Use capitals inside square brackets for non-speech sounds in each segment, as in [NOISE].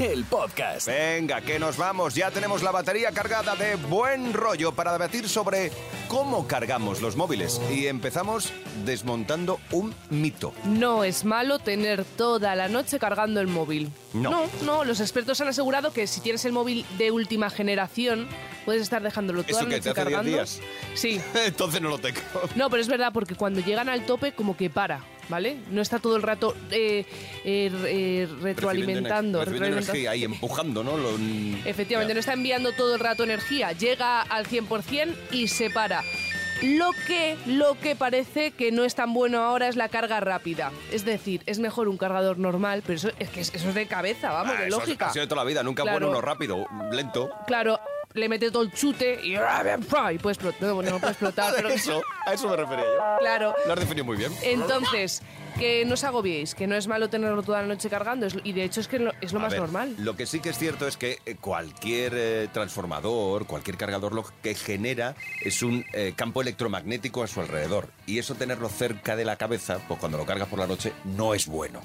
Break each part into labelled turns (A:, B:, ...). A: el podcast.
B: Venga, que nos vamos. Ya tenemos la batería cargada de buen rollo para debatir sobre cómo cargamos los móviles. Y empezamos desmontando un mito.
C: No es malo tener toda la noche cargando el móvil.
B: No.
C: no, no, los expertos han asegurado que si tienes el móvil de última generación, puedes estar dejándolo
B: ¿Eso
C: toda la
B: qué,
C: noche
B: te hace 10
C: cargando.
B: días?
C: Sí.
B: [LAUGHS] Entonces no lo tengo.
C: No, pero es verdad, porque cuando llegan al tope, como que para, ¿vale? No está todo el rato eh, eh, eh,
B: Recibiendo
C: retroalimentando.
B: ener- recibiendo
C: retroalimentando.
B: energía ahí, empujando, ¿no? Lo-
C: Efectivamente,
B: Ya.
C: no está enviando todo el rato energía, llega al 100% y se para. Lo que, lo que parece que no es tan bueno ahora es la carga rápida. Es decir, es mejor un cargador normal, pero eso es, que eso es de cabeza, vamos,
B: Ah,
C: de
B: eso
C: lógica.
B: Ha sido de toda la vida, nunca
C: Claro.
B: bueno uno rápido,
C: [LAUGHS]
B: lento.
C: Claro, le metes todo el chute y, y puede explotar. No, no
B: [LAUGHS]
C: puede explotar, pero
B: Eso, a eso me refería yo.
C: claro.
B: Lo has definido muy bien.
C: Entonces, que no os agobiéis, que no es malo tenerlo toda la noche cargando, es- y de hecho es que lo- es lo
B: A
C: más
B: ver,
C: normal.
B: Lo que sí que es cierto es que eh, cualquier eh, transformador, cualquier cargador, lo que genera es un eh, campo electromagnético a su alrededor. Y eso tenerlo cerca de la cabeza, pues cuando lo cargas por la noche, no es bueno.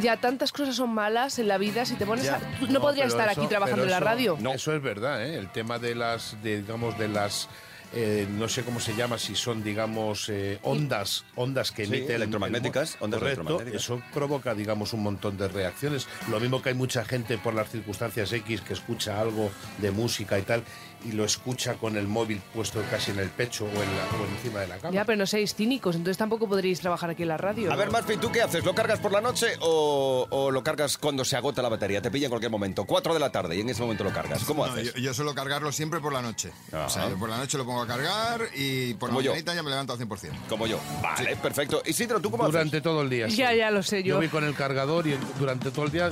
C: Ya tantas cosas son malas en la vida, si te pones
D: Ya.
C: a- tú no, podrías
D: pero
C: estar
D: eso-
C: aquí trabajando
D: pero
C: en la
D: eso-
C: radio.
B: No.
D: Eso es verdad, ¿eh? El tema de las, de, digamos, de las... eh, no sé cómo se llama, si son, digamos, eh, ondas, ondas que
B: Sí,
D: emiten...
B: electromagnéticas,
D: el-
B: ondas
D: correcto,
B: electromagnéticas.
D: eso provoca, digamos, un montón de reacciones. Lo mismo que hay mucha gente por las circunstancias X que escucha algo de música y tal, y lo escucha con el móvil puesto casi en el pecho o, en la- o encima de la cama.
C: Ya, pero no seáis cínicos, entonces tampoco podríais trabajar aquí en la radio.
B: A ver, Maspi, ¿tú qué haces? ¿Lo cargas por la noche o, o lo cargas cuando se agota la batería? Te pilla en cualquier momento. 4 de la tarde y en ese momento lo cargas. ¿Cómo
E: No,
B: haces?
E: yo, yo suelo cargarlo siempre por la noche. O sea,
B: Ajá.
E: yo por la noche lo pongo a cargar y por la
B: Como yo.
E: mañanita ya me levanto al 100%.
B: Como yo. Vale, perfecto. Isidro, ¿tú cómo
D: Durante
B: haces?
D: todo el día. sí.
C: Ya, ya lo sé yo.
D: Yo voy con el cargador y en- durante todo el día,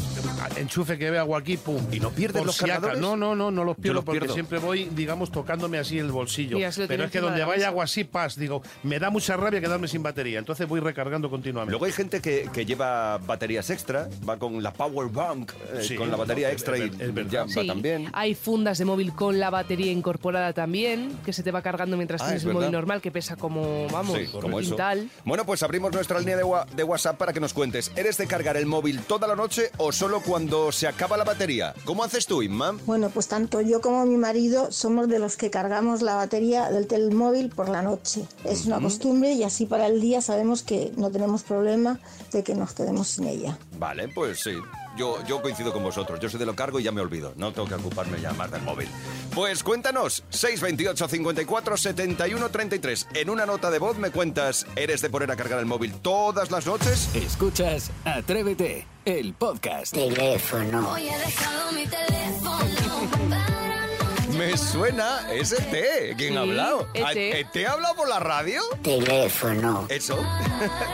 D: enchufe que vea agua aquí, pum.
B: ¿Y no pierdes
D: Por
B: los
D: aca-
B: cargadores?
D: No, no, no, no los pierdo
B: los
D: porque
B: pierdo.
D: siempre voy, digamos, tocándome así el bolsillo.
C: Y así lo
D: Pero
C: tiene
D: es que
C: encima
D: donde
C: de la
D: vaya
C: mesa.
D: agua así, pas, digo, me da mucha rabia quedarme sin batería. Entonces voy recargando continuamente.
B: Luego hay gente que, que lleva baterías extra, va con la power bank, eh,
D: Sí,
B: con la batería
D: es-
B: extra
D: es- es
B: y
D: verdad.
B: ya va
C: Sí.
B: también.
C: Hay fundas de móvil con la batería incorporada también, que se te va cargando mientras
B: Ah,
C: tienes
B: es
C: el móvil
B: verdad.
C: normal, que pesa como, vamos,
B: Sí, como
C: un
B: eso.
C: quintal.
B: Bueno, pues abrimos nuestra línea de, wa- de WhatsApp para que nos cuentes. ¿Eres de cargar el móvil toda la noche o solo cuando se acaba la batería? ¿Cómo haces tú, Inma?
F: Bueno, pues tanto yo como mi marido somos de los que cargamos la batería del telemóvil por la noche. Es una costumbre y así para el día sabemos que no tenemos problema de que nos quedemos sin ella.
B: Vale, pues sí. Yo, yo coincido con vosotros. Yo soy de lo cargo y ya me olvido. No tengo que ocuparme ya más del móvil. Pues cuéntanos, 628 54 71 33. En una nota de voz me cuentas, ¿eres de poner a cargar el móvil todas las noches?
A: Escuchas Atrévete, el podcast.
G: Teléfono.
H: Hoy he dejado mi teléfono para no
B: Me suena ese T. ¿Quién
C: Sí,
B: ha hablado?
C: ET.
B: ¿A- ¿ET ha hablado por la radio?
G: Teléfono.
B: Eso.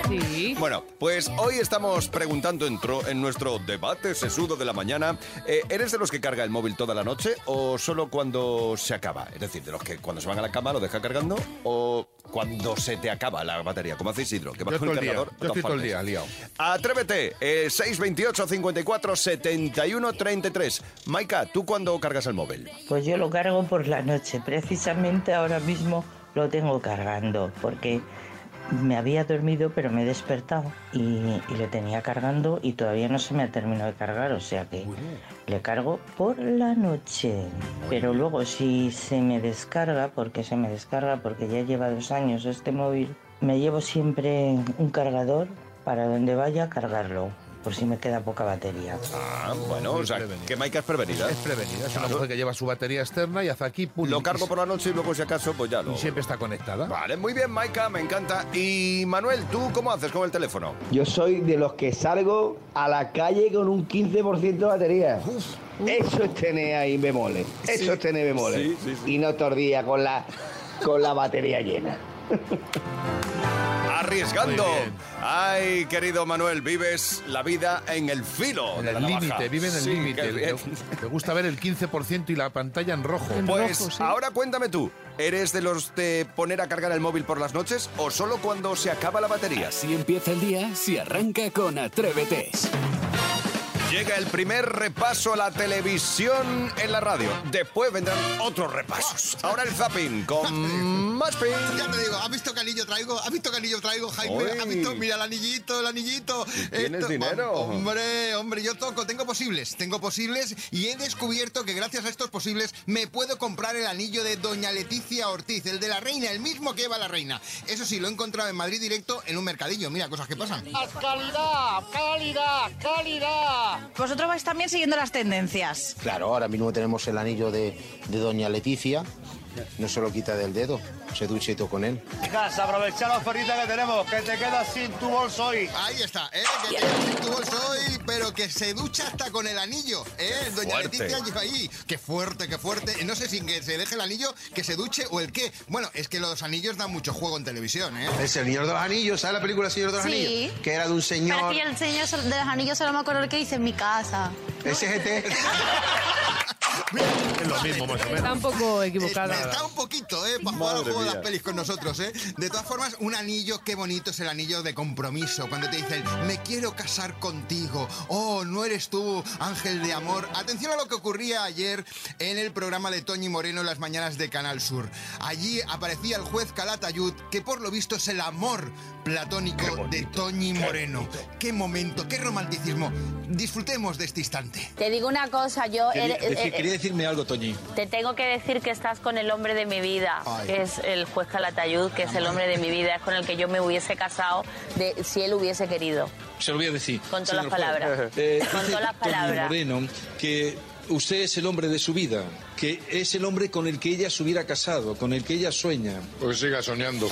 C: Sí.
B: [LAUGHS] Bueno, pues hoy estamos preguntando en, tro- en nuestro debate sesudo de la mañana, eh, ¿eres de los que carga el móvil toda la noche o solo cuando se acaba? Es decir, de los que cuando se van a la cama lo deja cargando o cuando se te acaba la batería, como hace Isidro, que va
D: Yo
B: con
D: todo
B: el
D: el día,
B: cargador.
D: yo
B: a todas
D: estoy todo el
B: partes.
D: día liado.
B: Atrévete, eh, 628 54 71 33. Maika, ¿tú cuándo cargas el móvil?
I: Pues yo lo cargo por la noche. Precisamente ahora mismo lo tengo cargando porque me había dormido pero me he despertado y, y lo tenía cargando y todavía no se me ha terminado de cargar. O sea que le cargo por la noche. Pero luego si se me descarga, porque se me descarga, porque ya lleva dos años este móvil, me llevo siempre un cargador para donde vaya a cargarlo, por si me queda poca batería.
B: Ah, bueno, o sea,
D: prevenida.
B: que Maika es prevenida.
D: Es prevenida, es una mujer que lleva su batería externa y hasta aquí, pum,
B: Lo
D: y-
B: cargo por la noche y luego si acaso, pues ya
D: y
B: lo...
D: siempre está conectada.
B: Vale, muy bien, Maika, me encanta. Y Manuel, ¿tú cómo haces con el teléfono?
J: Yo soy de los que salgo a la calle con un 15% de batería. Eso es tener ahí bemoles. Eso es tener bemoles.
B: sí, sí, sí.
J: Y no todo el día con la, con la batería llena.
B: Arriesgando.
D: Muy bien.
B: Ay, querido Manuel, vives la vida en el filo.
D: En
B: de la
D: el
B: navaja.
D: límite, vive en el
B: Sí,
D: límite.
B: qué
D: Me
B: bien.
D: me gusta ver el 15% y la pantalla en rojo.
C: En
B: Pues
C: rojo, sí.
B: ahora cuéntame tú, ¿Eres de los de poner a cargar el móvil por las noches o solo cuando se acaba la batería?
A: Si empieza el día, si arranca con Atrévete.
B: Llega el primer repaso a la televisión en la radio. Después vendrán otros repasos. Ahora el
D: [LAUGHS]
B: zapping con más
E: Ya te digo, ¿has visto qué anillo traigo? ¿Has visto qué anillo traigo, Jaime?
B: Uy.
E: ¿Has visto? Mira el anillito, el anillito.
B: ¿Tienes dinero?
E: Hombre, hombre, yo toco, tengo posibles, tengo posibles y he descubierto que gracias a estos posibles me puedo comprar el anillo de Doña Leticia Ortiz, el de la reina, el mismo que lleva la reina. Eso sí, lo he encontrado en Madrid directo en un mercadillo. Mira, cosas que pasan.
K: calidad, calidad, calidad. Vosotros vais también siguiendo las tendencias.
L: Claro, ahora mismo tenemos el anillo de, de doña Leticia. No se lo quita del dedo, se ducha y todo con él.
K: Chicas, aprovechar la oferta que tenemos, que te quedas sin tu bolso hoy.
E: Ahí está, ¿eh? Que te sin tu bolso hoy, pero que se ducha hasta con el anillo, ¿eh? Doña
B: fuerte.
E: Leticia lleva ahí. Qué fuerte, qué fuerte. No sé si que se deje el anillo, que se duche o el qué. Bueno, es que los anillos dan mucho juego en televisión, ¿eh?
L: El Señor de los Anillos, ¿sabes la película El Señor de los
M: Sí.
L: Anillos? Que era de un
M: Pero
L: señor.
M: es que yo el señor sol- de los anillos solo me acuerdo el que dice en mi casa.
L: SGT.
D: Es lo mismo, más o menos.
C: Está un poco equivocado.
E: Está un poquito, ¿eh? Para jugar al
D: Madre
E: juego de
D: mía.
E: las pelis con nosotros, ¿eh? De todas formas, un anillo, qué bonito es el anillo de compromiso. Cuando te dicen, me quiero casar contigo. Oh, no eres tú, ángel de amor. Atención a lo que ocurría ayer en el programa de Toñi Moreno en las mañanas de Canal Sur. Allí aparecía el juez Calatayud, que por lo visto es el amor platónico de Toñi Moreno. qué momento, qué romanticismo. Disfrutemos de este instante.
N: Te digo una cosa, yo
E: Quería-
N: eres-
E: decir-
N: eh, eh,
E: quería
L: decirme algo, Toñi.
N: te tengo que decir que estás con el hombre de mi vida,
L: Ay.
N: que es el juez Calatayud, que es el hombre de mi vida, es con el que yo me hubiese casado de, si él hubiese querido.
O: Se lo voy a decir.
N: Con todas
O: señor
N: las
O: juez.
N: palabras.
B: Eh,
N: Con
O: dice
N: todas las
O: Toñi
N: palabras.
O: Moreno que usted es el hombre de su vida, que es el hombre con el que ella se hubiera casado, con el que ella sueña. Pues siga soñando.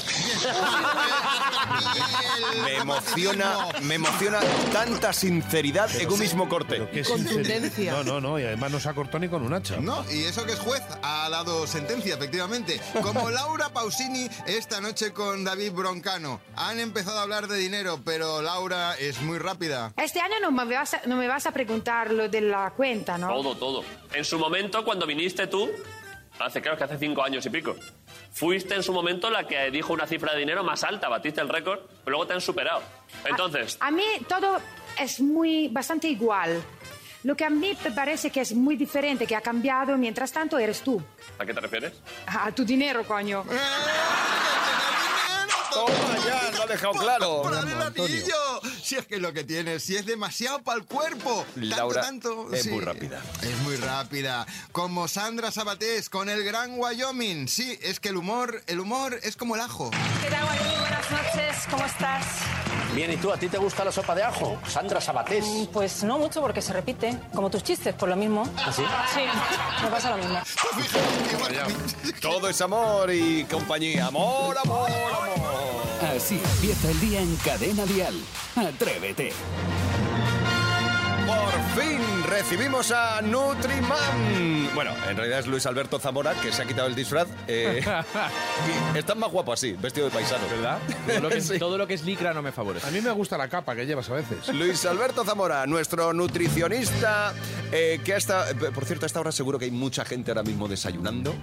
B: Me emociona, me emociona tanta sinceridad en un mismo corte.
D: Qué sinceridad. No, no, no, y además no se ha cortado ni con un hacha.
E: No, y eso que es juez ha dado sentencia, efectivamente.
B: [LAUGHS]
E: Como Laura Pausini esta noche con David Broncano. Han empezado a hablar de dinero, pero Laura es muy rápida.
P: Este año no me, vas a, no me vas a preguntar lo de la cuenta, ¿no?
Q: Todo, todo. En su momento, cuando viniste tú, hace claro que hace cinco años y pico, fuiste en su momento la que dijo una cifra de dinero más alta, batiste el récord, pero luego te han superado.
P: Ah,
Q: Entonces,
P: A mí todo es muy bastante igual. Lo que a mí me parece que es muy diferente, que ha cambiado, mientras tanto eres tú. [LAUGHS]
Q: ¿a qué te refieres?
P: A tu dinero, coño.
B: Toma ya, lo ha dejado claro.
E: ¡Anillo! Si es que es lo que tienes, si es demasiado para el cuerpo. Tanto,
B: Laura
E: tanto,
B: es
E: sí.
B: muy rápida.
E: Es muy rápida. Como Sandra Sabatés con el Gran Wyoming. Sí, es que el humor, el humor es como el ajo.
K: ¿Qué tal, Guadalupe? Buenas noches, ¿cómo estás?
R: Bien, ¿y tú? ¿A ti te gusta la sopa de ajo? Sandra Sabatés.
K: Pues no mucho porque se repite, como tus chistes, por lo mismo.
R: ¿Así?
K: Sí, me pasa lo mismo.
B: Todo es amor y compañía. Amor, amor, amor.
A: Así empieza el día en Cadena Dial. Atrévete.
B: Por fin recibimos a Nutriman. Bueno, en realidad es Luis Alberto Zamora que se ha quitado el disfraz.
O: [LAUGHS]
B: Eh, y estás más guapo así, vestido de paisano. ¿Verdad?
S: Todo
B: [LAUGHS]
S: lo que, todo lo que es licra no me favorece.
D: A mí me gusta la capa que llevas a veces.
B: Luis Alberto Zamora, nuestro nutricionista, eh, que hasta, por cierto, a esta hora seguro que hay mucha gente ahora mismo desayunando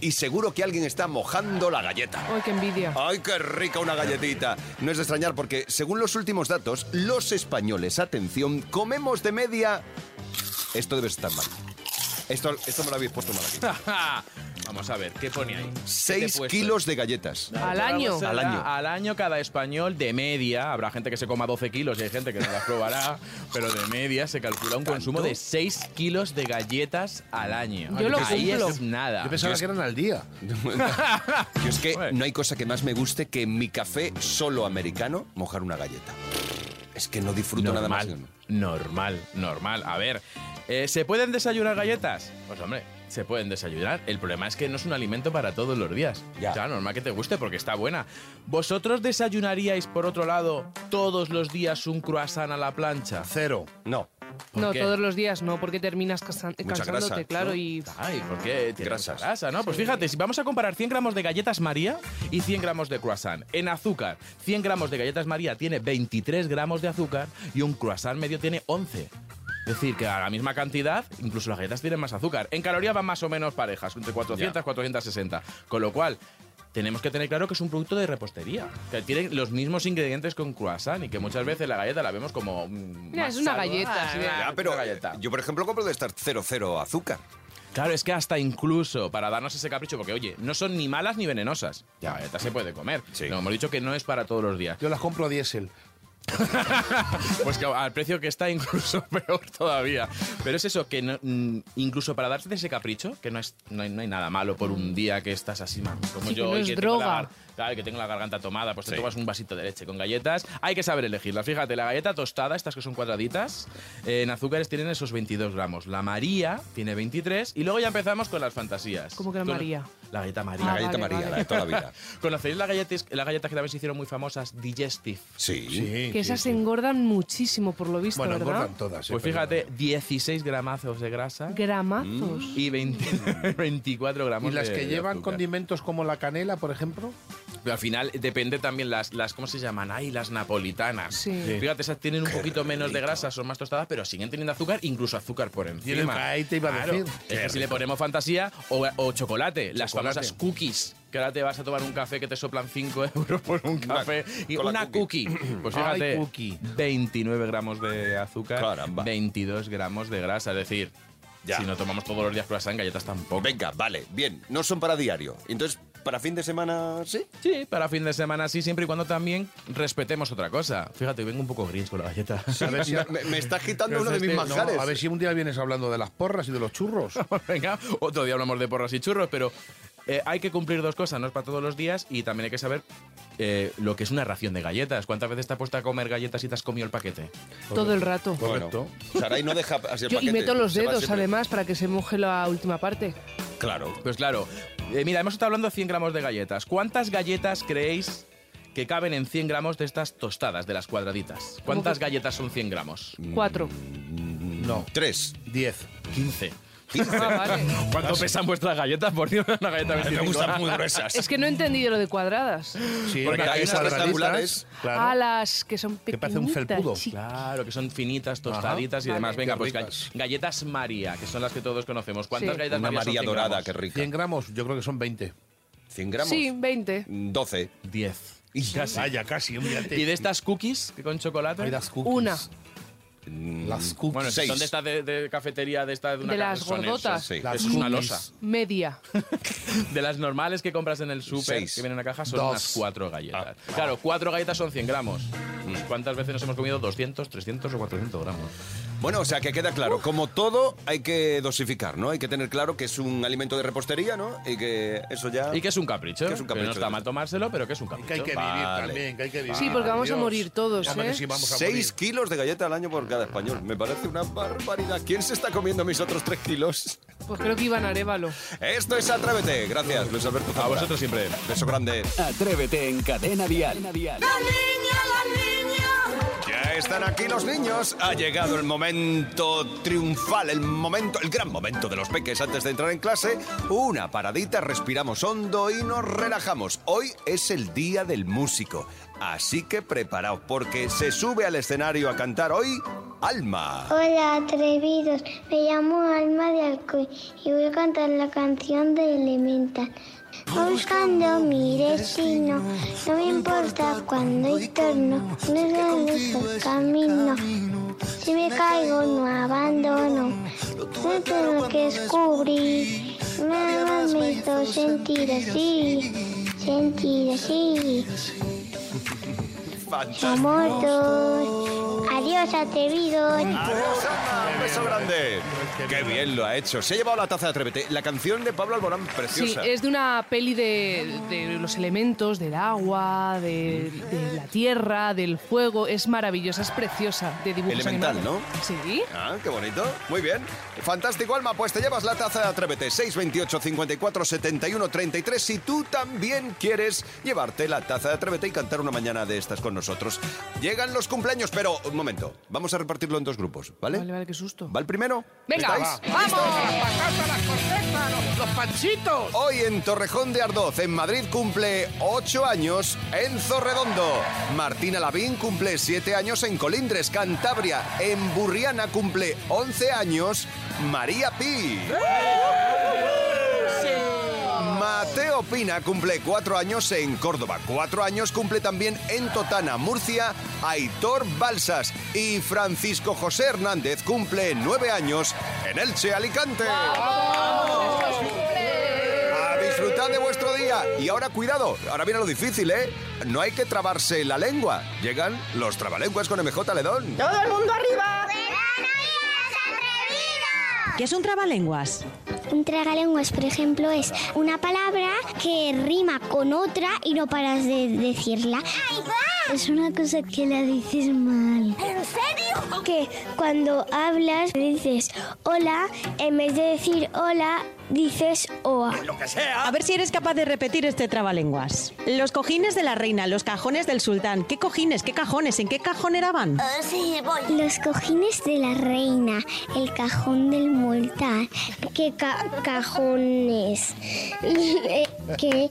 B: y seguro que alguien está mojando la galleta.
C: Ay, qué envidia.
B: ¡Ay, qué rica una galletita! No es de extrañar porque, según los últimos datos, los españoles, atención, comemos de media... Esto debe estar mal. Esto, esto me lo habéis puesto mal aquí.
S: [LAUGHS] Vamos a ver, ¿qué pone ahí? ¿Qué te he
B: 6
S: puesto?
B: kilos de galletas.
S: Al
C: año.
B: Al año.
S: Al año cada español de media, habrá gente que se coma 12 kilos y hay gente que no las probará, pero de media se calcula un consumo de 6 kilos de galletas al año. Ahí es nada.
D: Yo pensaba que eran
S: [LAUGHS]
D: al día.
B: Yo es que no hay cosa que más me guste que en mi café solo americano mojar una galleta. Es que no disfruto nada más.
S: Normal, normal, normal. A ver, eh, ¿se pueden desayunar galletas? Pues hombre, se pueden desayunar. El problema es que no es un alimento para todos los días. Ya. normal que te guste porque está buena. ¿Vosotros desayunaríais, por otro lado, todos los días un croissant a la plancha?
D: Cero.
B: No.
C: No, todos los días no, porque terminas casan- cansándote, claro,
S: ¿no?
C: y...
S: Ay, ¿por qué? Tiene
C: Grasas.
S: mucha grasa, ¿no? Pues fíjate, si vamos a comparar 100 gramos de galletas María y 100 gramos de croissant. En azúcar, 100 gramos de galletas María tiene 23 gramos de azúcar y un croissant medio tiene 11. Es decir, que a la misma cantidad, incluso las galletas tienen más azúcar. En calorías van más o menos parejas, entre 400 y 460. Con lo cual, tenemos que tener claro que es un producto de repostería, que tiene los mismos ingredientes que un croissant y que muchas veces la galleta la vemos como... mm,
C: Mira,
S: más
C: es una
S: saludable.
C: galleta, sí.
B: Ya, pero eh, yo, por ejemplo, compro de estas 00 azúcar.
S: Claro, es que hasta incluso para darnos ese capricho, porque oye, no son ni malas ni venenosas. La galleta se puede comer. No, hemos dicho que no es para todos los días.
D: Yo las compro a diésel.
S: Pues que al precio que está incluso [LAUGHS] peor todavía. Pero es eso, que no- mm, incluso para darte ese capricho, que no, es, no, hay, no hay nada malo por un día que estás así, man, como
C: Sí, que
S: yo,
C: no
S: y
C: es
S: que tengo la
C: droga.
S: gar- claro, que tengo la garganta tomada, pues te tomas un vasito de leche con galletas. Hay que saber elegirla. Fíjate, la galleta tostada, estas que son cuadraditas, eh, en azúcares tienen esos 22 gramos. La María tiene 23 y luego ya empezamos con las fantasías.
C: ¿Cómo que la
S: Con-
C: María?
S: La galleta María.
C: Ah, La galleta vale, María, vale. la de toda la vida.
S: [LAUGHS] ¿Conocéis las galletas, las galletas que también se hicieron muy famosas? Digestive.
B: Sí.
C: que esas engordan muchísimo, por lo visto, ¿verdad?
D: eh,
S: Pues fíjate, 16 gramazos de grasa
C: Gramazos.
S: y [LAUGHS] 20 24
D: Mm. ¿Y
S: gramos
D: las
S: de-
D: que
S: Mm. de
D: llevan
S: azúcar.
D: condimentos como la canela, por ejemplo?
S: Pero al final depende también las, las ¿cómo se llaman? Ay, las napolitanas.
D: Sí.
S: Fíjate, esas tienen un poquito menos de grasa, son más tostadas, pero siguen teniendo azúcar, incluso azúcar por
D: Tienen-
S: encima.
D: ahí te iba a
S: Claro,
D: decir.
S: Es que si le ponemos fantasía o, o chocolate, las
D: Chocolate.
S: famosas cookies. Que ahora te vas a tomar un café que te soplan 5 [LAUGHS] euros por un café y
D: con la
S: una
D: cookie.
S: cookie.
B: [CLEARS THROAT]
S: Pues
D: Ay,
S: fíjate,
D: cookie.
S: 29 gramos de azúcar,
B: Caramba.
S: 22 gramos de grasa. Es decir, si no tomamos todos los días croissant, galletas tampoco.
B: Venga, vale, bien. No son para diario. Entonces, ¿para fin de semana sí?
S: Sí, para fin de semana sí, siempre y cuando también respetemos otra cosa. Fíjate, vengo un poco gris con la galleta. [LAUGHS] este,
B: A ver si- me, me está agitando uno de mis
D: No,
B: manjares.
D: a ver si un día vienes hablando de las porras y de los churros.
S: Pues Venga, otro día hablamos de porras y churros, pero eh, hay que cumplir dos cosas, no es para todos los días y también hay que saber eh, lo que es una ración de galletas. ¿Cuántas veces te has puesto a comer galletas y te has comido el paquete?
C: Todo el rato.
B: Correcto. Saray no deja así el
C: Yo, y
B: paquete,
C: meto los
B: se va
C: dedos,
B: siempre.
C: además, para que se moje la última parte.
B: Claro.
S: Pues claro. Eh, mira, hemos estado hablando de 100 gramos de galletas. ¿Cuántas galletas creéis que caben en 100 gramos de estas tostadas, de las cuadraditas? ¿Cuántas galletas son 100 gramos?
B: Mm.
C: Cuatro.
S: No.
B: ¿Tres?
S: ¿Diez? ¿Quince?
C: Ah, vale.
S: [LAUGHS] ¿Cuánto pesan vuestras galletas? Por Dios, una galleta
B: Me
S: 25.
B: gustan muy gruesas.
C: Es que no he entendido lo de cuadradas.
S: Sí,
B: Porque hay unas rectangulares.
C: A las que son pequeñitas. chiquitas.
S: Claro, que son finitas, tostaditas y
C: Vale.
S: demás. Venga,
C: Qué
S: pues
C: ricas.
S: ga- galletas María, que son las que todos conocemos. ¿Cuántas
C: Sí.
S: galletas
B: Una
S: María? son
B: María
S: 100
B: dorada,
S: gramos?
B: qué rica.
D: 100 gramos, yo creo que son 20.
B: ¿100 gramos?
C: Sí, 20.
B: 12.
S: 10.
D: Casi. Vaya, casi. mírate.
S: ¿Y de estas cookies que con chocolate?
D: Hay las cookies.
C: Una.
B: Mm.
D: Las cookies.
S: Bueno,
D: Seis.
S: son de estas de, de cafetería, de estas de una
C: De
S: ca-
C: las
S: son esas,
C: gordotas.
S: sí.
C: Las
S: Es una
C: cookies.
S: losa.
C: Media.
S: De las normales que compras en el súper,
B: Seis.
S: que vienen en una caja, son
B: Dos. Ah.
S: unas cuatro galletas. Claro, cuatro galletas son 100 gramos.
B: Mm.
S: ¿Cuántas veces nos hemos comido 200, 300 o 400 gramos?
B: Bueno, o sea que queda claro, como todo hay que dosificar, ¿no? Hay que tener claro que es un alimento de repostería, ¿no? Y que eso ya...
S: Y que es un capricho. ¿eh?
B: Que es un
S: que
B: capricho.
S: no está mal tomárselo, pero que es un capricho.
D: que hay que vivir también, que hay que vivir.
C: Sí, porque vamos a morir todos,
B: Hombre,
C: ¿eh?
B: sí, vamos a Seis morir. kilos de galleta al año por cada español. Me parece una barbaridad. ¿Quién se está comiendo mis otros tres kilos?
C: Pues creo que iban a Arevalo.
B: Esto es Atrévete. Gracias, Luis Alberto. A vosotros
S: siempre.
B: Beso grande.
A: Atrévete en Cadena Dial.
B: Ya están aquí los niños. Ha llegado el momento triunfal, el momento, el gran momento de los peques antes de entrar en clase. Una paradita, respiramos hondo y nos relajamos. Hoy es el día del músico. Así que preparaos porque se sube al escenario a cantar hoy Alma.
T: Hola atrevidos, me llamo Alma de Alcoy y voy a cantar la canción de Elemental. Va buscando mi destino, no me importa cuando y torno, no es grande el camino. Si me caigo no abandono, no tengo que descubrir, nada me hizo sentir así, sentir así. Somos dos, adiós atrevidos.
B: Un beso grande. Qué bien lo ha hecho. Se ha llevado la taza de Atrévete. La canción de Pablo Alborán,
C: Sí,
B: preciosa.
C: es de una peli de, de los elementos, del agua, de, de la tierra, del fuego. Es maravillosa, es preciosa, de dibujos
B: Elemental,
C: animados.
B: ¿no?
C: Sí.
B: Ah, qué bonito. Muy bien. Fantástico, Alma. Pues te llevas la taza de Atrévete. 628 54 71 33. Si tú también quieres llevarte la taza de Atrévete y cantar una mañana de estas con nosotros. Llegan los cumpleaños, pero un momento, vamos a repartirlo en dos grupos, ¿vale? Vale,
C: vale, qué susto.
B: ¿Va el primero?
C: Venga,
B: ¿Estáis?
C: vamos.
B: ¡Los panchitos! Hoy en Torrejón de Ardoz, en Madrid, cumple 8 años Enzo Redondo. Martina Lavín cumple 7 años en Colindres, Cantabria. En Burriana cumple 11 años María Pi. Mateo Pina cumple 4 años en Córdoba. 4 años cumple también en Totana, Murcia, Aitor Balsas. Y Francisco José Hernández cumple 9 años en Elche, Alicante. A disfrutar de vuestro día. Y ahora cuidado, ahora viene lo difícil, ¿eh? No hay que trabarse la lengua. Llegan los trabalenguas con MJ Ledón.
U: ¡Todo el mundo arriba!
V: ¿Qué es un trabalenguas?
T: Un tragalenguas, por ejemplo, es una palabra que rima con otra y no paras de decirla. Es una cosa que la dices mal. ¿En serio? Que cuando hablas dices hola, en vez de decir hola, dices oa.
V: A ver si eres capaz de repetir este trabalenguas. Los cojines de la reina, los cajones del sultán. ¿Qué cojines? ¿Qué cajones? ¿En qué cajonera van?
T: Los cojines de la reina, el cajón del mortal. ¿Qué ca- cajones? [LAUGHS] ¿Qué?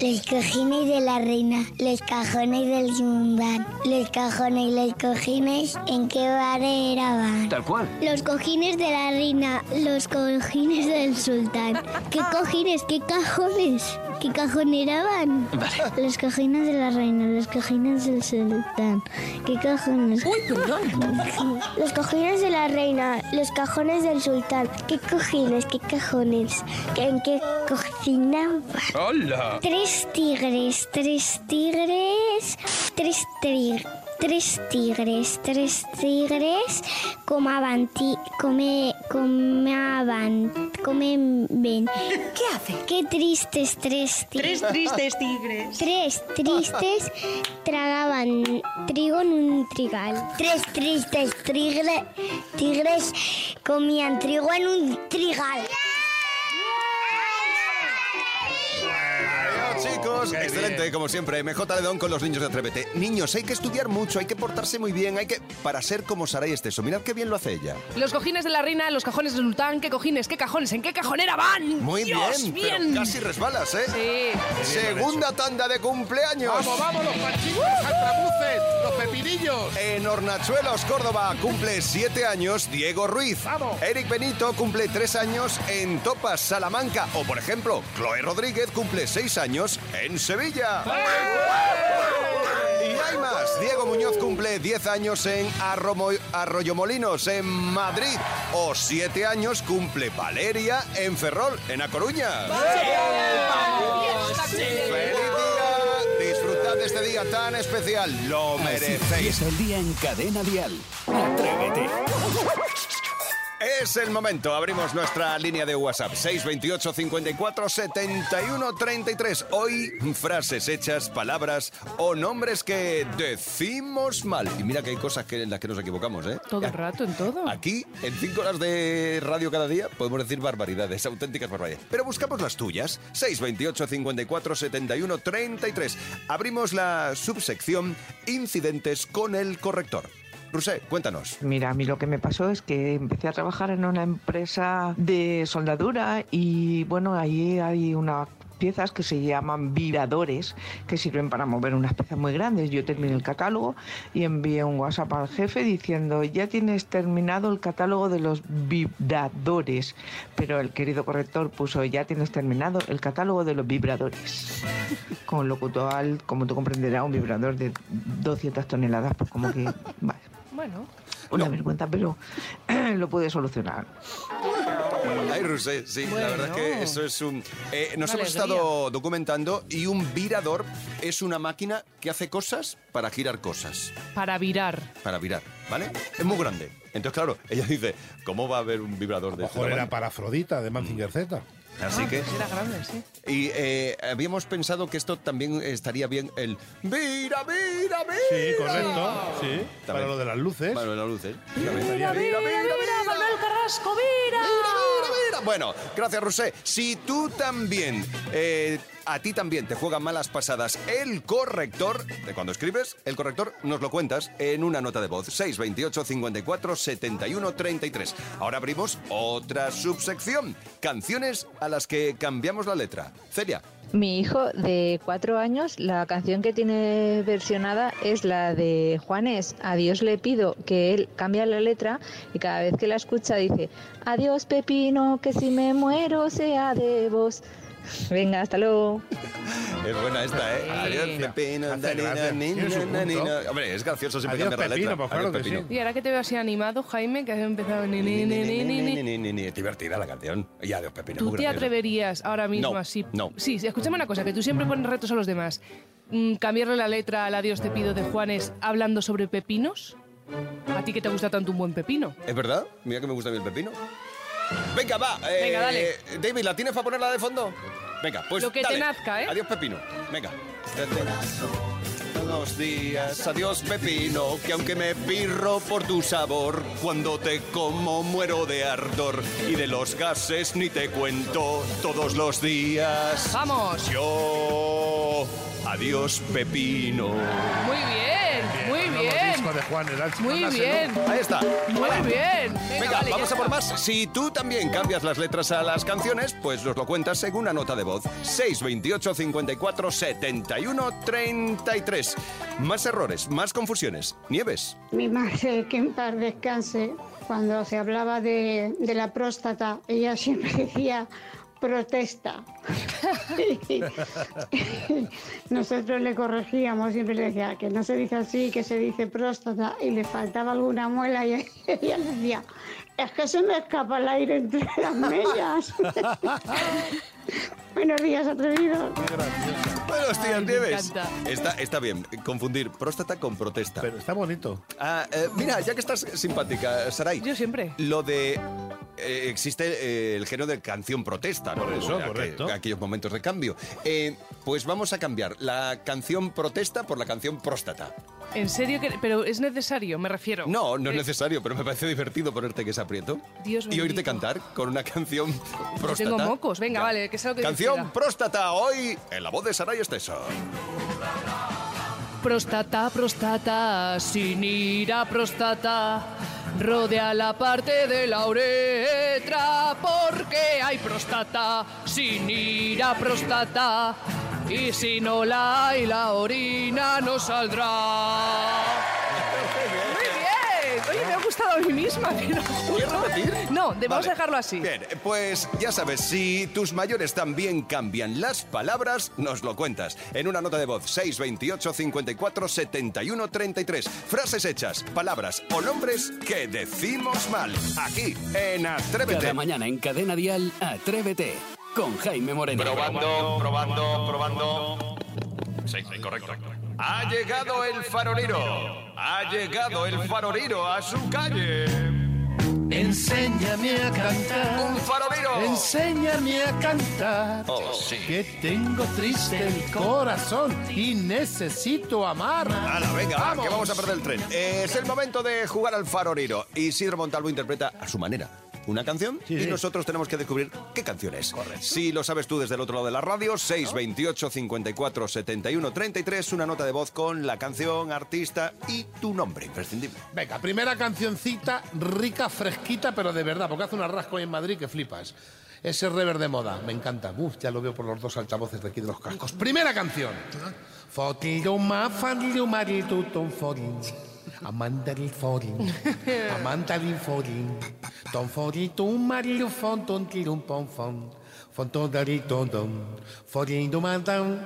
T: Los cojines de la reina, los cajones del mundán, los cajones, los cojines, ¿en qué barrera van?
H: Tal cual.
T: Los cojines de la reina, los cojines del sultán. ¿Qué cojines? ¿Qué cajones? ¿Qué cajonera van? Los cojines de la reina, los cojines del sultán. ¿Qué cajones? Uy, perdón. Los cojines de la reina, los cajones del sultán. ¿Qué cojines? ¿Qué cajones? ¿En qué cocina van?
H: ¡Hola!
T: Tres tigres, tres tigres, tres tigres. Tres tigres, tres tigres comaban, ti- come, comaban, comen, ven. ¿Qué hace? Qué tristes, tres tigres.
V: Tres tristes tigres.
T: Tres tristes tragaban trigo en un trigal. Tres tristes tigre- tigres comían trigo en un trigal.
B: Adiós, Chicos, excelente, como siempre. MJ Ledón con los niños de Atrévete. Niños, hay que estudiar mucho, hay que portarse muy bien, hay que. para ser como Saray Esteso. Mirad qué bien lo hace ella.
C: Los cojines de la reina, los cajones del sultán, ¿qué cojines? ¿Qué cajones? ¿En qué cajonera van?
B: Muy
C: Dios,
B: bien, pero casi resbalas, ¿eh?
C: Sí.
B: Segunda tanda de cumpleaños.
D: Vamos, vamos, los panchitos, los altrabuces, los pepinillos.
B: En Hornachuelos, Córdoba, cumple 7 años Diego Ruiz. Eric Benito cumple 3 años en Topas, Salamanca. O, por ejemplo, Chloe Rodríguez cumple 6 años en Sevilla. Y hay más. Diego Muñoz cumple 10 años en Arromo- Arroyomolinos, en Madrid. O 7 años cumple Valeria en Ferrol, en A Coruña. Disfrutad de este día tan especial. Lo merecéis.
A: Empieza el día en cadena dial. Atrévete.
B: Es el momento, abrimos nuestra línea de WhatsApp 628 54 71 33. Hoy frases hechas, palabras o nombres que decimos mal. Y mira que hay cosas que, en las que nos equivocamos, ¿eh?
C: Todo el rato, en todo.
B: Aquí, en 5 horas de radio cada día, podemos decir barbaridades, auténticas barbaridades. Pero buscamos las tuyas. 628 54 71 33. Abrimos la subsección Incidentes con el corrector. Rusé, cuéntanos.
W: Pues Mira, a mí lo que me pasó es que empecé a trabajar en una empresa de soldadura y bueno, ahí hay unas piezas que se llaman viradores que sirven para mover unas piezas muy grandes. Yo terminé el catálogo y envié un WhatsApp al jefe diciendo, ya tienes terminado el catálogo de los vibradores, pero el querido corrector puso, ya tienes terminado el catálogo de los vibradores. Con lo cual, como tú comprenderás, un vibrador de 200 toneladas, pues como que... vale,
C: Bueno.
W: una vergüenza, pero eh, lo puede solucionar.
B: Ay, Rusé, sí, la verdad es que eso es un... eh, nos
W: Una
B: hemos
W: alegría.
B: estado documentando y un virador es una máquina que hace cosas para girar cosas,
C: Para virar.
B: para virar, ¿vale? Es muy grande. Entonces, claro, ella dice, ¿cómo va a haber un vibrador de este
D: Mejor era Ah.
B: tamaño?
D: para Afrodita de Mazinger
S: Mm.
D: Z.
B: Así que...
C: Era grande, sí.
B: Y eh, habíamos pensado que esto también estaría bien el... ¡Mira, mira, mira!
D: Sí, correcto. Sí. Para lo de las luces. Para
B: lo de las luces.
D: Mira,
B: mira,
C: Mira, mira, Manuel Carrasco, mira.
B: Mira, mira, mira, Bueno, gracias, Rosé. Si tú también, eh, a ti también te juegan malas pasadas el corrector, de cuando escribes, el corrector nos lo cuentas en una nota de voz. 628 54 71 33. Ahora abrimos otra subsección. Canciones a las que cambiamos la letra. Celia,
F: Mi hijo de cuatro años, la canción que tiene versionada es la de Juanes, a Dios le pido, que él cambia la letra y cada vez que la escucha dice, adiós Pepino, que si me muero sea de vos. Venga, hasta luego.
B: Es buena esta, ¿eh? Adiós, Pepino.
D: Hace
B: nanina,
D: gracia.
B: nanina,
D: Tiene su punto.
B: nanina. Hombre, es gracioso siempre
D: Adiós,
B: cambiar la
D: Pepino,
B: letra.
D: pues claro
B: Adiós,
D: que
B: Pepino.
C: Y ahora que te veo así animado, Jaime, que has empezado... ni, ni, ni, ni, ni, ni.
B: Ni, ni, ni, ni, Es divertida la canción. Y adiós, Pepino.
C: ¿Tú
B: muy
C: te
B: graciosa.
C: atreverías ahora mismo
B: No,
C: así?
B: no.
C: Sí, sí, escúchame una cosa, que tú siempre pones retos a los demás. Mm, ¿Cambiarle la letra al Adiós te pido de Juanes hablando sobre pepinos? ¿A ti que te gusta tanto un buen pepino?
B: ¿Es verdad? Mira que me gusta a mí el Pepino. Venga, va. eh,
C: Venga, dale.
B: David, ¿la tienes para ponerla de fondo? Venga, pues
C: Lo que te
B: dale.
C: nazca, ¿eh?
B: Adiós, Pepino. Venga. Desde Buenos días, adiós pepino, que aunque me pirro por tu sabor, cuando te como muero de ardor y de los gases ni te cuento todos los días.
C: ¡Vamos!
B: Yo, adiós pepino.
C: Muy bien, muy bien.
B: de ¿eh? Juan,
C: Muy bien.
B: Ahí está.
C: Muy
B: Ala.
C: bien.
B: Venga,
C: vale, ya
B: vamos a por
C: está.
B: más. Si tú también cambias las letras a las canciones, pues nos lo cuentas en una nota de voz. 628 54 71 33. Más errores, más confusiones. Nieves.
G: Mi madre, [LAUGHS] que en paz descanse, cuando se hablaba de, de la próstata, ella siempre [LAUGHS] decía protesta. [LAUGHS] Nosotros le corregíamos, siempre le decía que no se dice así, que se dice próstata, y le faltaba alguna muela y [LAUGHS] ella le decía, es que se me escapa el aire entre las [LAUGHS] mellas. Buenos días, atrevidos.
B: Buenos días,
G: me
B: Nieves.
G: encanta.
B: Está, está bien, confundir próstata con protesta. Pero está bonito. mira, ya que estás simpática, Saray. Yo
C: siempre.
B: Lo de. eh, existe eh, el género de canción protesta, ¿no?
D: Por eso,
B: Aqu-
D: correcto.
B: aquellos momentos de cambio. Eh, pues vamos a cambiar la canción protesta por la canción próstata.
C: ¿En serio? que- Pero es necesario, me refiero.
B: No, no es
C: Eh,
B: necesario, pero me parece divertido ponerte que se aprieto.
C: Dios
B: y oírte
C: bendito.
B: cantar con una canción
C: Pues yo
B: próstata.
C: Tengo mocos, venga, vale, que sea lo que Dios
B: Canción
C: quiera.
B: próstata hoy en la voz de Saray Esteso.
C: Prostata, prostata, sin ir a prostata, rodea la parte de la uretra, porque hay prostata, sin ir a prostata, y si no la hay, la orina no saldrá. Muy bien, oye, me ha gustado a mí misma, [LAUGHS] te lo juro. No, de- vamos a dejarlo así.
B: Bien, pues ya sabes, si tus mayores también cambian las palabras, nos lo cuentas. En una nota de voz, 628 54 71 33. Frases hechas, palabras o nombres que decimos mal. Aquí, en Atrévete.
A: Cada mañana en Cadena Dial, Atrévete, con Jaime Moreno.
B: Probando, probando, probando. Sí, sí, correcto. Ha llegado el faroliro. Ha llegado el faroliro a su calle.
R: Enséñame a cantar.
B: Un farolero.
R: Enséñame a cantar.
B: Oh, sí.
R: Que tengo triste el corazón y necesito amar.
B: Hala, venga, va, que vamos a perder el tren. Es el momento de jugar al faroliro. Isidro Montalvo interpreta a su manera una canción y nosotros tenemos que descubrir qué canción es. Si lo sabes tú desde el otro lado de la radio, 628 54 71 33, una nota de voz con la canción, artista y tu nombre, imprescindible.
D: Venga, primera cancioncita rica, fresquita, pero de verdad, porque hace una rasco ahí en Madrid que flipas. Ese rever de moda, me encanta. Uf, ya lo veo por los dos altavoces de aquí de los cascos. Primera canción. Fotiluma, faniluma, tutum, forin. Amanda el forin. Amanda el forin. Ton forin, tum, marilu, fon, ton, tirum, pon, fon. Fon, ton, dari, ton, don. Forin, dumandan.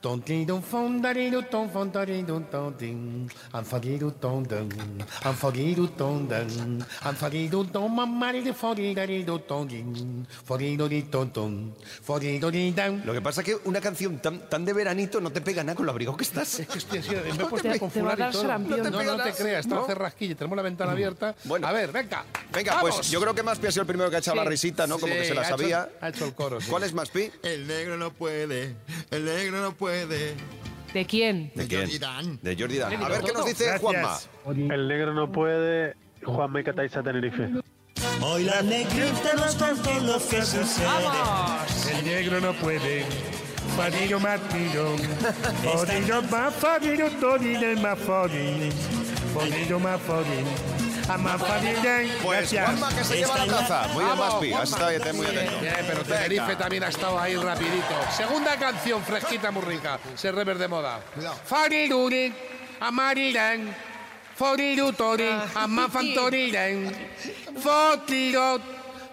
D: Ton tin don fon dari do ton fon dari do ton tin Am fari do ton dan Am fari do ton dan Am fari do ton mam mari de fori dari do ton din Fori do di ton ton Fori do di dan
B: Lo que pasa es que una canción tan, tan de veranito no te pega nada con lo abrigado que estás.
D: Es que estoy así,
B: [LAUGHS]
D: me he puesto
B: Te-
D: a
B: te va a
D: confundir
B: dar
D: y todo.
B: sarampión.
D: No, no, no te
B: ¿No?
D: creas, está hace rasquilla, tenemos la ventana abierta.
B: Bueno.
D: A ver, venga.
B: Venga, pues
D: ¡Vamos!
B: yo creo que Maspi ha sido el primero que ha echado
D: Sí.
B: la risita, ¿no? Como
D: Sí,
B: que se
D: ha
B: la
D: hecho-
B: sabía.
D: ha hecho el coro, sí.
B: ¿Cuál es Maspi?
E: El negro no puede, el negro no puede.
C: ¿De quién?
B: ¿De
E: quién? Jordi Dan.
B: De Jordi Dan. A ver qué nos dice Juanma.
U: El negro no puede. Juanma y Cataiza Tenerife.
B: [LAUGHS]
I: Hoy la negrita nos contó lo que sucede.
R: El negro no puede. Fadillo
B: [LAUGHS]
R: martillo.
I: Esta-
R: Fodillo más fadillo, todillo más fodillo. Fodillo más fodillo. A más fadillo.
B: Pues
R: Gracias.
B: Juanma, que se lleva la taza. Muy bien,
R: Vamos,
B: Maspi. Has
R: Juanma.
B: estado ya muy atento.
R: Bien, pero
B: Venga.
R: Tenerife también ha estado ahí rapidito. Segunda canción, fresquita, muy rica. Se rever de moda. Fariruri, amariren, forirutori, amafantoriren, fotirot,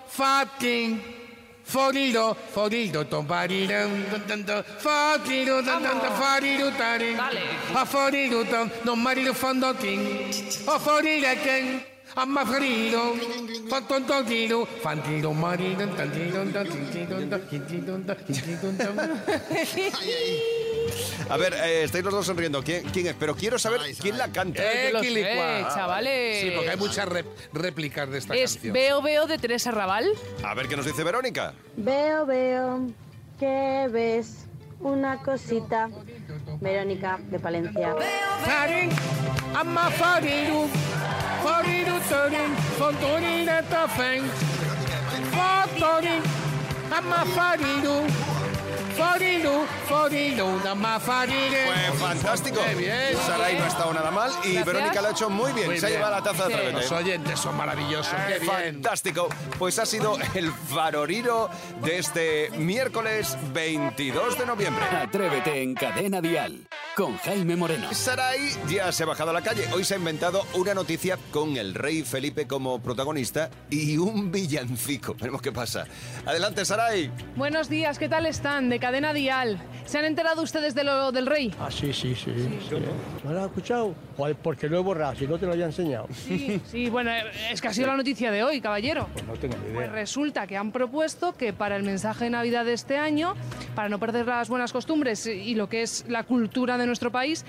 R: fatin, foriro, foriro, tombariren, fotiro, farirutaren, aforiruton, non marirufondotin, aforireken, amafariro, fantontotiro, fantiro, mariren, tantiron, tantiron, tantiron, tantiron,
B: A ver, eh, estáis los dos sonriendo. ¿Quién, quién es? Pero quiero saber quién la canta.
C: Eh, Yo lo quilicua. sé, chavales.
D: Sí, porque hay muchas rep- réplicas de esta
C: Es
D: canción.
C: Veo Veo de Teresa Raval.
B: A ver qué nos dice Verónica.
J: Veo, veo que ves una cosita. Verónica de Palencia.
R: Farin, amma fariru, fariru torin, fontorin etafen, fontorin, amma fariru, fariru, fariru, amma farire.
B: Pues fantástico.
R: Muy bien.
B: Saray no ha estado nada mal y
R: Gracias.
B: Verónica lo ha hecho muy bien.
R: Muy
B: Se ha
R: bien.
B: llevado la taza de
R: Sí.
B: otra vez.
R: Los oyentes son maravillosos.
B: Eh,
R: Qué bien.
B: fantástico. Pues ha sido el faroriro de este miércoles 22 de noviembre.
A: Atrévete en Cadena Dial con Jaime Moreno.
B: Saray ya se ha bajado a la calle. Hoy se ha inventado una noticia con el rey Felipe como protagonista y un villancico. [LAUGHS] Veremos qué pasa. Adelante, Saray.
C: Buenos días, ¿qué tal están? De Cadena Dial. ¿Se han enterado ustedes de lo del rey?
U: Ah, sí, sí, sí. sí. ¿Me lo has escuchado? Joder, porque lo he borrado, si no te lo había enseñado.
C: Sí, sí, bueno, eh, es que ha sido la noticia de hoy, caballero.
U: No tengo ni
C: Pues
U: idea.
C: resulta que han propuesto que para el mensaje de Navidad de este año, para no perder las buenas costumbres y lo que es la cultura de nuestro país,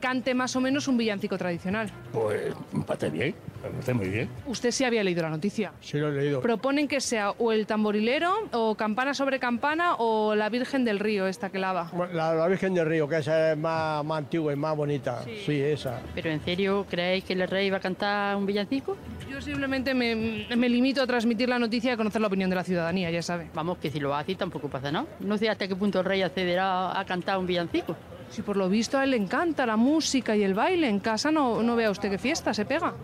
C: cante más o menos un villancico tradicional.
U: Pues me parece bien, me parece muy bien.
C: Usted sí había leído la noticia.
U: Sí lo he leído.
C: Proponen que sea o el tamborilero, o campana sobre campana, o la Virgen del Río, esta que lava.
U: La, la Virgen del Río, que esa es más, más antigua y más bonita. Sí, esa.
X: ¿Pero en serio creéis que el rey va a cantar un villancico?
C: Yo simplemente me, me limito a transmitir la noticia y a conocer la opinión de la ciudadanía, ya sabe.
X: Vamos, que si lo hace tampoco pasa nada. No sé hasta qué punto el rey accederá a cantar un villancico.
C: Si por lo visto a él le encanta la música y el baile, en casa no, no vea usted qué fiesta se pega.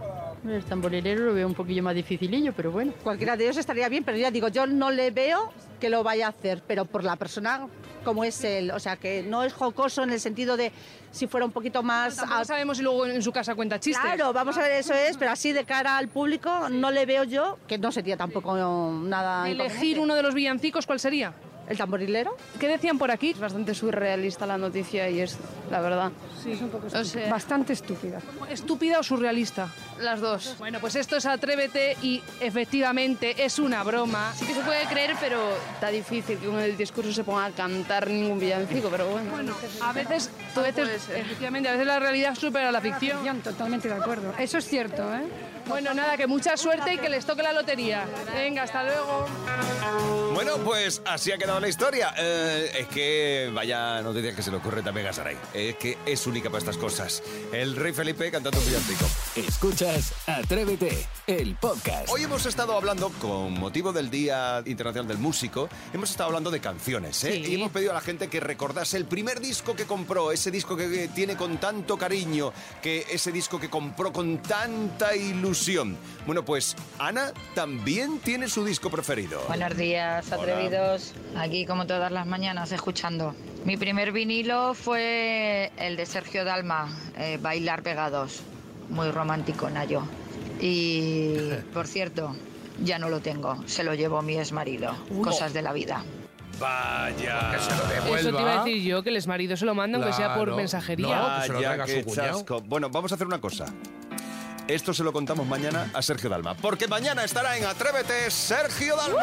X: El tamborilero lo veo un poquillo más dificilillo, pero bueno.
Y: Cualquiera de ellos estaría bien, pero ya digo, yo no le veo que lo vaya a hacer, pero por la persona como es él, o sea, que no es jocoso en el sentido de si fuera un poquito más...
C: tampoco sabemos si luego en su casa cuenta chistes.
Y: Claro, vamos a ver, eso es, pero así de cara al público no le veo yo, que no sería tampoco nada...
C: Elegir uno de los villancicos, ¿cuál sería?
Y: ¿El tamborilero?
C: ¿Qué decían por aquí? Es
X: bastante surrealista la noticia y es la verdad.
C: O sea,
X: bastante estúpida.
C: ¿Estúpida o surrealista?
X: Las dos.
C: Bueno, pues esto es Atrévete y efectivamente es una broma.
X: Sí que se puede creer, pero está difícil que con el discurso se ponga a cantar ningún villancico, pero bueno. pues
C: A veces, a veces efectivamente, a veces la realidad supera la ficción.
X: totalmente de acuerdo.
C: Eso es cierto, ¿eh? Bueno, nada, que mucha suerte y que les toque la lotería. Venga, hasta luego.
B: Bueno, pues así ha quedado la historia. Eh, es que vaya noticias que se le ocurre también a Saray. Es que es única para estas cosas. El rey Felipe cantando un villancico.
A: Escuchas Atrévete, el podcast.
B: Hoy hemos estado hablando, con motivo del Día Internacional del Músico, hemos estado hablando de canciones, ¿eh? Y hemos pedido a la gente que recordase el primer disco que compró, ese disco que que tiene con tanto cariño, que ese disco que compró con tanta ilusión. Bueno, pues Ana también tiene su disco preferido.
Z: Buenos días,
B: Hola.
Z: atrevidos. Aquí, como todas las mañanas, escuchando. Mi primer vinilo fue el de Sergio Dalma, eh, Bailar Pegados. Muy romántico, Nayo. Y, por cierto, ya no lo tengo. Se lo llevó mi exmarido. Cosas de la vida.
B: Vaya.
D: Que se lo
C: Eso te iba a
D: devuelva.
C: decir yo, que les maridos se lo mandan, que sea por
B: Claro.
C: mensajería.
B: No,
D: que se lo
B: Ah, ya,
D: traiga a su
B: qué
D: cuñado.
B: chasco. Bueno, vamos a hacer una cosa. Esto se lo contamos mañana a Sergio Dalma, porque mañana estará en Atrévete Sergio Dalma.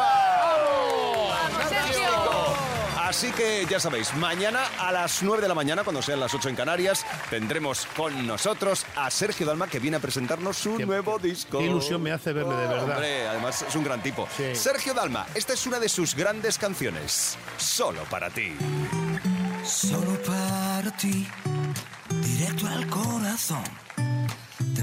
B: Así que ya sabéis, mañana a las 9 de la mañana, cuando sean las 8 en Canarias, tendremos con nosotros a Sergio Dalma que viene a presentarnos su nuevo disco.
D: qué ilusión me hace verle, de verdad.
B: Hombre, además es un gran tipo.
D: Sí.
B: Sergio Dalma, esta es una de sus grandes canciones, solo para ti.
I: Solo para ti, directo al corazón. Te